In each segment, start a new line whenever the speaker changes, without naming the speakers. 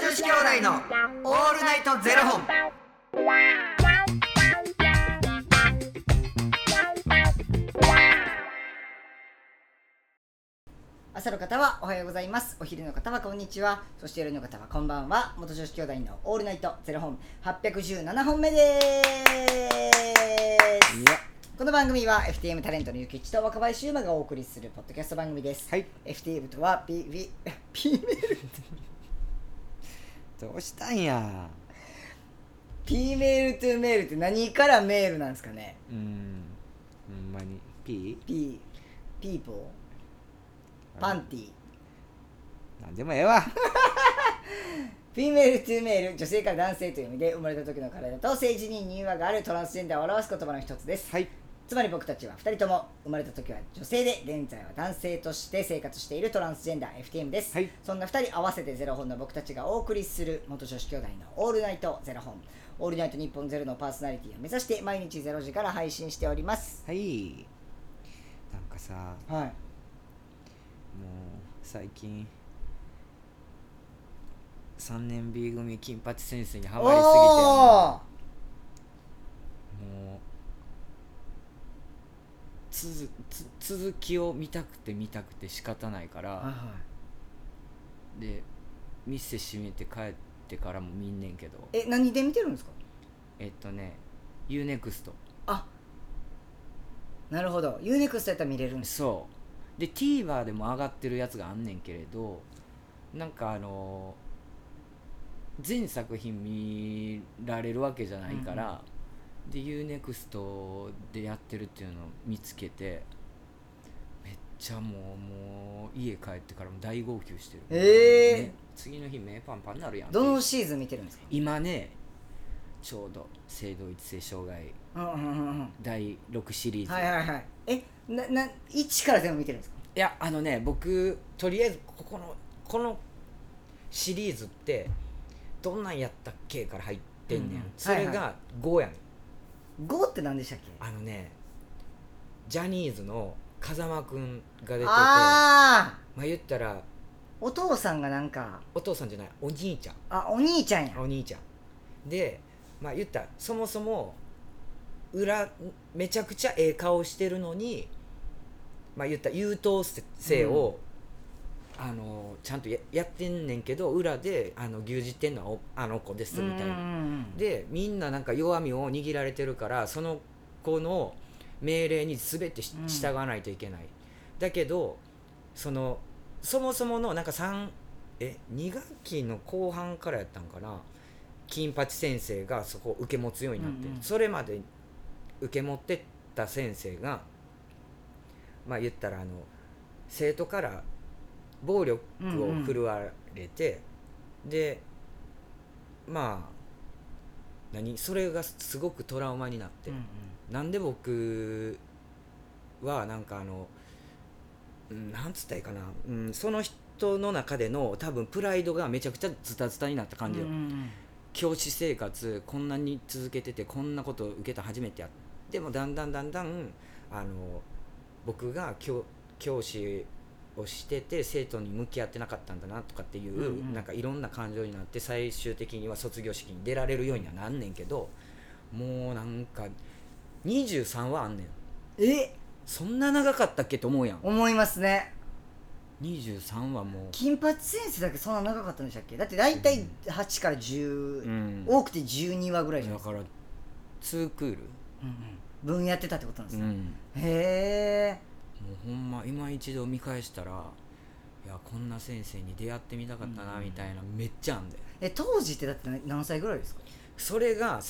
子兄弟のオールナイトゼロ本。
朝の方はおはようございますお昼の方はこんにちはそして夜の方はこんばんは元女子兄弟のオールナイトゼロ本817本目ですこの番組は FTM タレントのゆきちと若林優馬がお送りするポッドキャスト番組です、
はい
FTM とは PV P メール
どうしたんや
P メールトゥメールって何からメールなんですかね
うんほんまに P?
P ピーポーパンティー
なんでもええわ
フィメールトゥーメール、女性から男性という意味で生まれた時の体と性自認に違和があるトランスジェンダーを表す言葉の一つです。
はい
つまり僕たちは2人とも生まれた時は女性で、現在は男性として生活しているトランスジェンダー FTM です。
はい
そんな2人合わせてゼロ本の僕たちがお送りする元女子兄弟のオールナイトゼロ本、オールナイト日本ゼロのパーソナリティを目指して毎日ゼロ時から配信しております。
はいなんかさも
はい。
う最近3年 B 組金八先生にハマりすぎ
お
て
ー
もうつづつ続きを見たくて見たくて仕方ないから、
はいはい
で店閉めて帰ってからも見んねんけど
え、何で見てるんですか
えっとね UNEXT
あなるほど。UNEXT やったら見れるんです。
そうで TVer でも上がってるやつがあんねんけれどなんかあの全作品見られるわけじゃないから、で UNEXT でやってるっていうのを見つけてめっちゃもうもう家帰ってからも大号泣してる
えー
ね次の日目パンパンになるやん
どのシーズン見てるんですか
今ねちょうど性同一性障害
うんうんうんうん
第6シリーズ、
はいはいはいえなな1から全部見てるんですか
いやあのね僕とりあえずここのこのシリーズってどんなんやったっけから入ってんねん、
うんうん
それ
はい
が5やねん、
5って何でしたっけ
あのねジャニーズの風間くんが出ててま
ああ
あ言ったら
お父さんがなんか
お父さんじゃないお兄ちゃん
あお兄ちゃんや
お兄ちゃんでまあ言ったらそもそも裏めちゃくちゃええ顔してるのにまあ言ったら優等生を、あのちゃんとややってんねんけど裏であの牛耳ってんのはおあの子ですみたい
うんうん
な。
うん
でみんななんか弱みを握られてるからその子の命令に全てし
うん
従わないといけない。だけどそのそもそものなんか3え2学期の後半からやったんかな金八先生がそこを受け持つようになって、
うんうん
それまで受け持ってった先生がまあ言ったらあの生徒から暴力を振るわれて、でまあ何それがすごくトラウマになって、
うんうん
なんで僕はなんかあの、うん、なんつったらいいかな、うん、その人の中での多分プライドがめちゃくちゃズタズタになった感じよ、
うんうん
教師生活こんなに続けててこんなこと受けた初めてやでもだんだんだんだんあの僕が教教師をしてて生徒に向き合ってなかったんだなとかっていう、
うんうん
なんかいろんな感情になって最終的には卒業式に出られるようにはなんねんけどもうなんか23はあんねん
え
そんな長かったっけと思うやん
思いますね
23はも
金八先生だけそんな長かったんでしたっけだって大体8から10、
う、うん、
多くて12話ぐらいじゃない
だ
ですか、
から2クール、
うんうん、分やってたってことなんで
う
すね、
ん、
へえ
もうほんま今一度見返したらいやこんな先生に出会ってみたかったなみたいな、めっちゃあんで
え当時ってだって何歳ぐらいですか
それが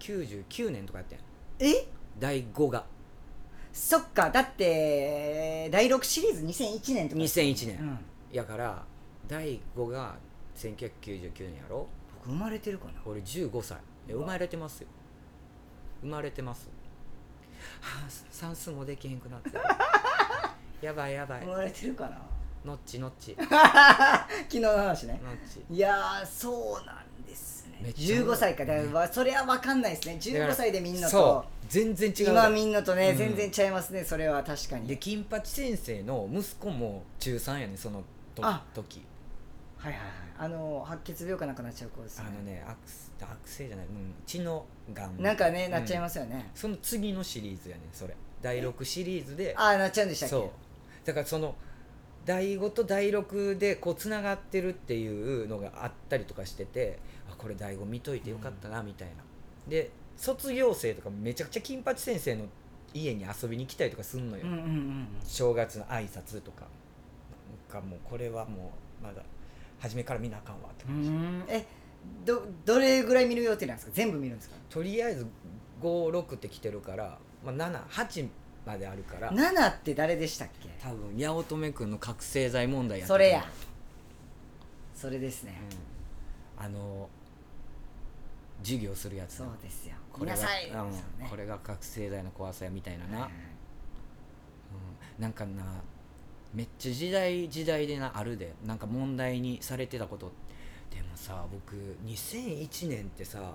1999年とかやったんや
え
第5が
そっかだって第6シリーズ2001年とか
2001
う
年、
ん、
やから第5が1999年やろ
僕生まれてるかな
俺15歳え生まれてますよ生まれてますはあ算数もできへんくな ってるやばいやばい
生まれてる かな
ノッチノッチ
昨日の話ね
ノッチ
いやーそうなんです
め
ね
っちゃ
15歳かだからそれは分かんないですね
だから
15歳でみんな
そ
と
う全然違う
今みんなとね、
うん
全然ちゃいますねそれは確か
で
に
金八先生の息子も中3やねそのと
あ
時
はいはいはいあの白血病かなんかなっちゃう子です
あ
よね
のね悪悪性じゃない、うん、血のがん、
なんかねなっちゃいますすよね、
その次のシリーズやねんそれ第6シリーズで
ああなっちゃうんでしたっけ
そうだからその第5と第6でこうつながってるっていうのがあったりとかしててあこれ第5見といてよかったなみたいな、で卒業生とかめちゃくちゃ金八先生の家に遊びに来たりとかすんの
う
よ、
んうんうん
正月の挨拶とかなんかもうこれはもうまだ初めから見なあかんわって
う
感じ、
んえどどれぐらい見る予定なんですか全部見るんですか
とりあえず56って来てるから、まあ、78まであるから
7って誰でしたっけ
多分八乙女君の覚醒剤問題やった
それやそれですね、
あの授業するやつ
そ
な
うですよ
こ
見
れ
な
が
さい、
うん
そうね
これが覚醒剤の怖さやみたいなな、
はい
うんなんかなめっちゃ時代時代でなあるでなんか問題にされてたことでもさ僕2001年ってさ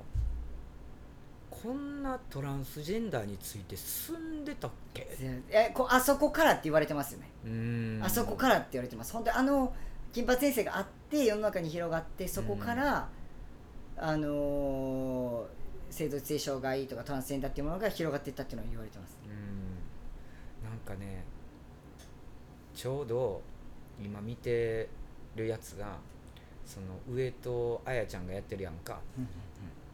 こんなトランスジェンダーについて進んでたっけ
えこあそこからって言われてますよね、
うん
あそこからって言われてます本当にあの金八先生があって世の中に広がってそこから、あのー性同一性障害とかトランスジェンダーっていうものが広がっていったっていうのは言われてます
うんなんかねちょうど今見てるやつがその上戸彩ちゃんがやってるやんか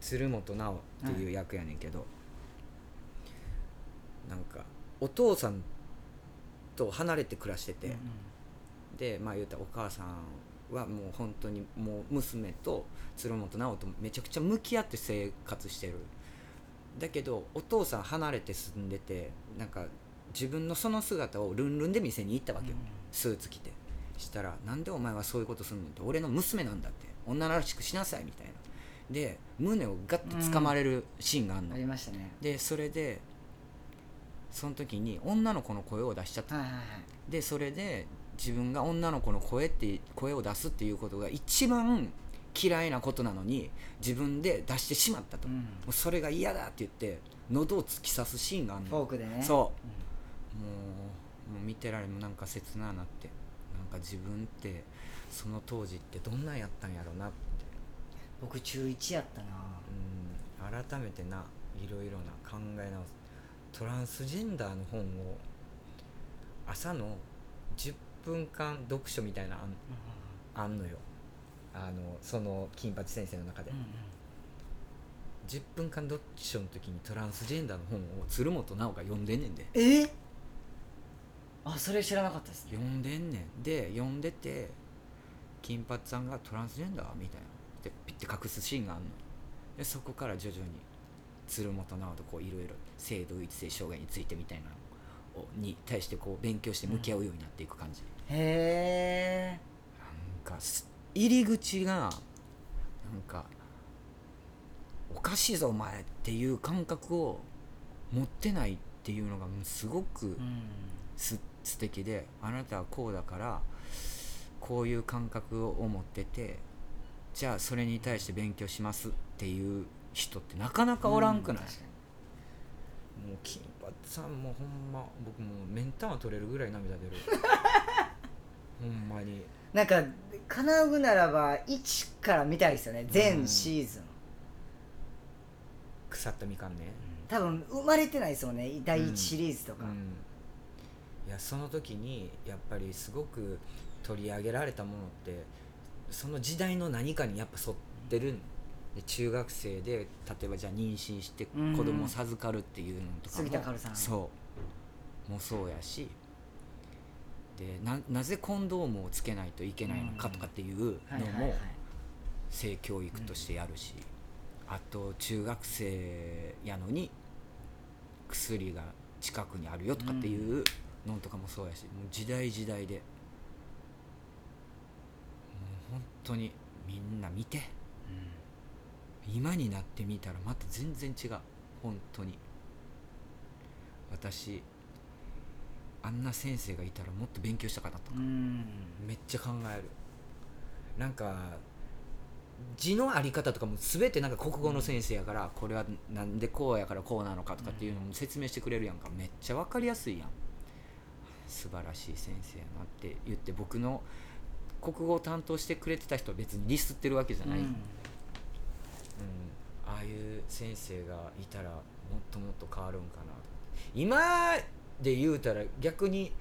鶴本直っていう役やねんけど、なんかお父さんと離れて暮らしてて、でまあ言うたらお母さんはもう本当にもう娘と鶴本直とめちゃくちゃ向き合って生活してるだけどお父さん離れて住んでてなんか自分のその姿をルンルンで店に行ったわけよ、スーツ着てしたら「なんでお前はそういうことすんねん」って「俺の娘なんだって女らしくしなさい」みたいなで胸をガッと掴まれるシーンがあんの、
ありましたね
でそれでその時に女の子の声を出しちゃった
はいはいはい
でそれで自分が女の子の声って声を出すっていうことが一番嫌いなことなのに自分で出してしまったと、
う
も
ん
うそれが嫌だって言って喉を突き刺すシーンがある
フォ
の、
ークでね
そう
うん
もうもう見てられもなんか切ななってなんか自分ってその当時ってどんなんやったんやろうなって、
僕中1やったな
うん、改めてないろいろな考え直すトランスジェンダーの本を朝の10分間読書みたいなのあんあんのよあのその金八先生の中で、10分間読書の時にトランスジェンダーの本を鶴本直が読んでんねんで
えあそれ知らなかったですね
読んでんねんで読んでて金八さんがトランスジェンダーみたいなでピッて隠すシーンがあんのでそこから徐々に鶴本直とこういろいろ性同一性障害についてみたいなのをに対してこう勉強して向き合うようになっていく感じ、
へえ
なんかす入り口がなんかおかしいぞお前っていう感覚を持ってないっていうのがすごくす素敵であなたはこうだからこういう感覚を持っててじゃあそれに対して勉強しますっていう人ってなかなかおらんくない、もう金髪さんもほんま僕もうメンタンは取れるぐらい涙 出るほんまに
なんか叶うならば一から見たいですよね全シーズン、
腐ったみかんね、
多分生まれてないですもんね第1シリーズとか、
うん、いやその時にやっぱりすごく取り上げられたものってその時代の何かにやっぱ沿ってるんで中学生で例えばじゃあ妊娠して
うん
子供を授かるっていうのとかも、
杉田かおるさん
そうもそうやしでななぜコンドームをつけないといけないのかとかっていうのも、
はいはいはい
性教育としてやるし、あと中学生やのに薬が近くにあるよとかっていうのんとかもそうやし、もう時代時代でもう本当にみんな見て、今になってみたらまた全然違う本当に私あんな先生がいたらもっと勉強したかった
うん、
めっちゃ考えるなんか字のあり方とかも全てなんか国語の先生やから、これはなんでこうやからこうなのかとかっていうのも説明してくれるやんか、めっちゃ分かりやすいやん素晴らしい先生やなって言って僕の国語を担当してくれてた人は別にディスってるわけじゃない、うんああいう先生がいたらもっともっと変わるんかな今で言うたら逆に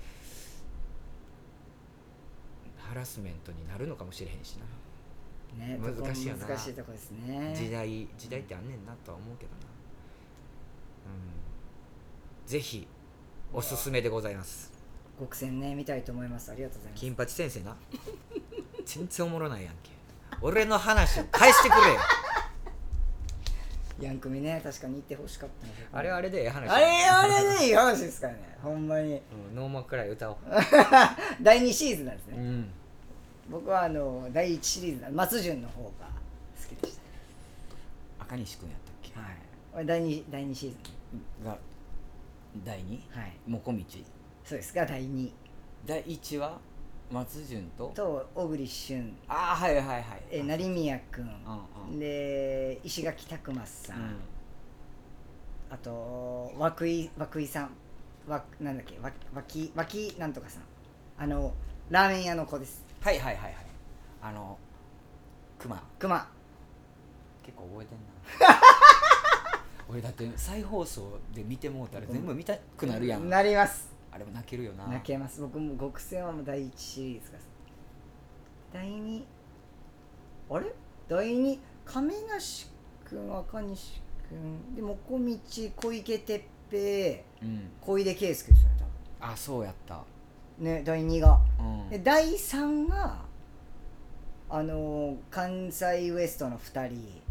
ハラスメントになるのかもしれへんしな、
ね、
難しいよな
難しいとこですね
時代時代ってあんねんなとは思うけどなうんぜひおすすめでございます
極戦ね見たいと思いますありがとうございます
金八先生な 全然おもろないやんけ俺の話を返してくれよ
ヤンクミね確かに行ってほしかったな
あれはあれでええ話
あれあ れねいい話ですからねほんまに
うんノーマンくらい歌おう、
第2シーズンなんですね
うん、
僕はあの第1シリーズの松潤の方が好きでし
赤西くんやったっけ
たはい俺第 2, 第2シーズ
が第2
ンはい
もこみち
そうですが第2
第1は松潤と
と小栗旬
ああはいはいはい
え成宮君
うんうん
で石垣拓磨さん、
うん
あと涌井涌井さんわなんだっけわ脇脇なんとかさんあのラーメン屋の子です
はいはいはいはいあの熊
熊
結構覚えてんな 俺だって再放送で見てもうたら全部見たくなるやん、
なります
あれも泣けるよな
泣けます僕も極戦はもう第1シリーズが第2あれ第2亀梨君赤西君でもこみち小池徹平
うん
小出圭介ですよね多
あそうやった
分ね第2が
うん
で第3があのー関西ウエストの2人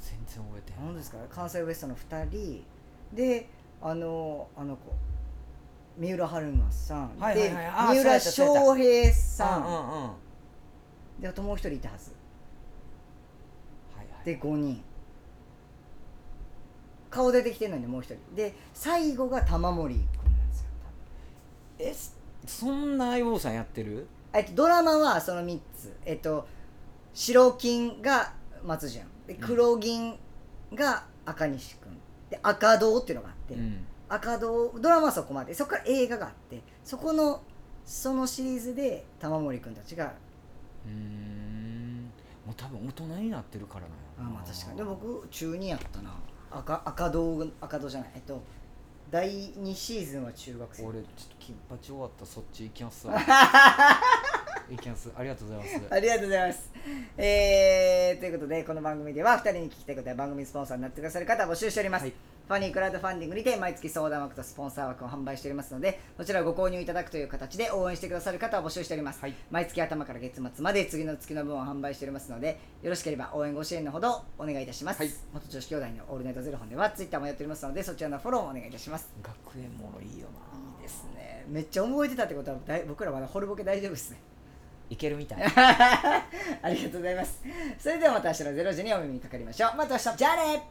全然覚えてへん
何ですか関西ウエストの2人であのーあの子三浦春馬さん、
はいはいはいあ
で
ーそうや
三浦
ったそうやった
翔平
さ
さ
ん
ん、
うんうん
であともう1人いたはず
はいはい
で5人顔出てきてないんでもう1人で最後が玉森君なんですよ
えそんな相棒さんやってる
えっと、ドラマはその3つ、えっと、白金が松潤で黒銀が赤西君で赤道っていうのがあって、
うん
赤道ドラマはそこまでそこから映画があってそこのそのシリーズで玉森君たちが
うーんもう多分大人になってるからな
あまあ確かにで僕中2やったな赤赤道赤道じゃないえっと第2シーズンは中学生
俺ちょっと金八終わったそっち行きま すわ行きますありがとうございます
ありがとうございます。えー、ということで、この番組では、2人に聞きたいことや番組スポンサーになってくださる方を募集しております。
はい
ファニークラウドファンディングにて、毎月相談枠とスポンサー枠を販売しておりますので、そちらをご購入いただくという形で応援してくださる方を募集しております。
はい
毎月頭から月末まで次の月の分を販売しておりますので、よろしければ応援ご支援のほどお願いいたします。
はい
元女子兄弟のオールナイトゼロ本では、ツイッターもやっておりますので、そちらのフォローをお願いいたします。
学園ものいいよない
いですね。めっちゃ覚えてたってことは、だい僕らまだホルボケ大丈夫ですね。
いけるみたい
ありがとうございます。それではまた明日の0時にお耳にかかりましょう。また明日。じゃあね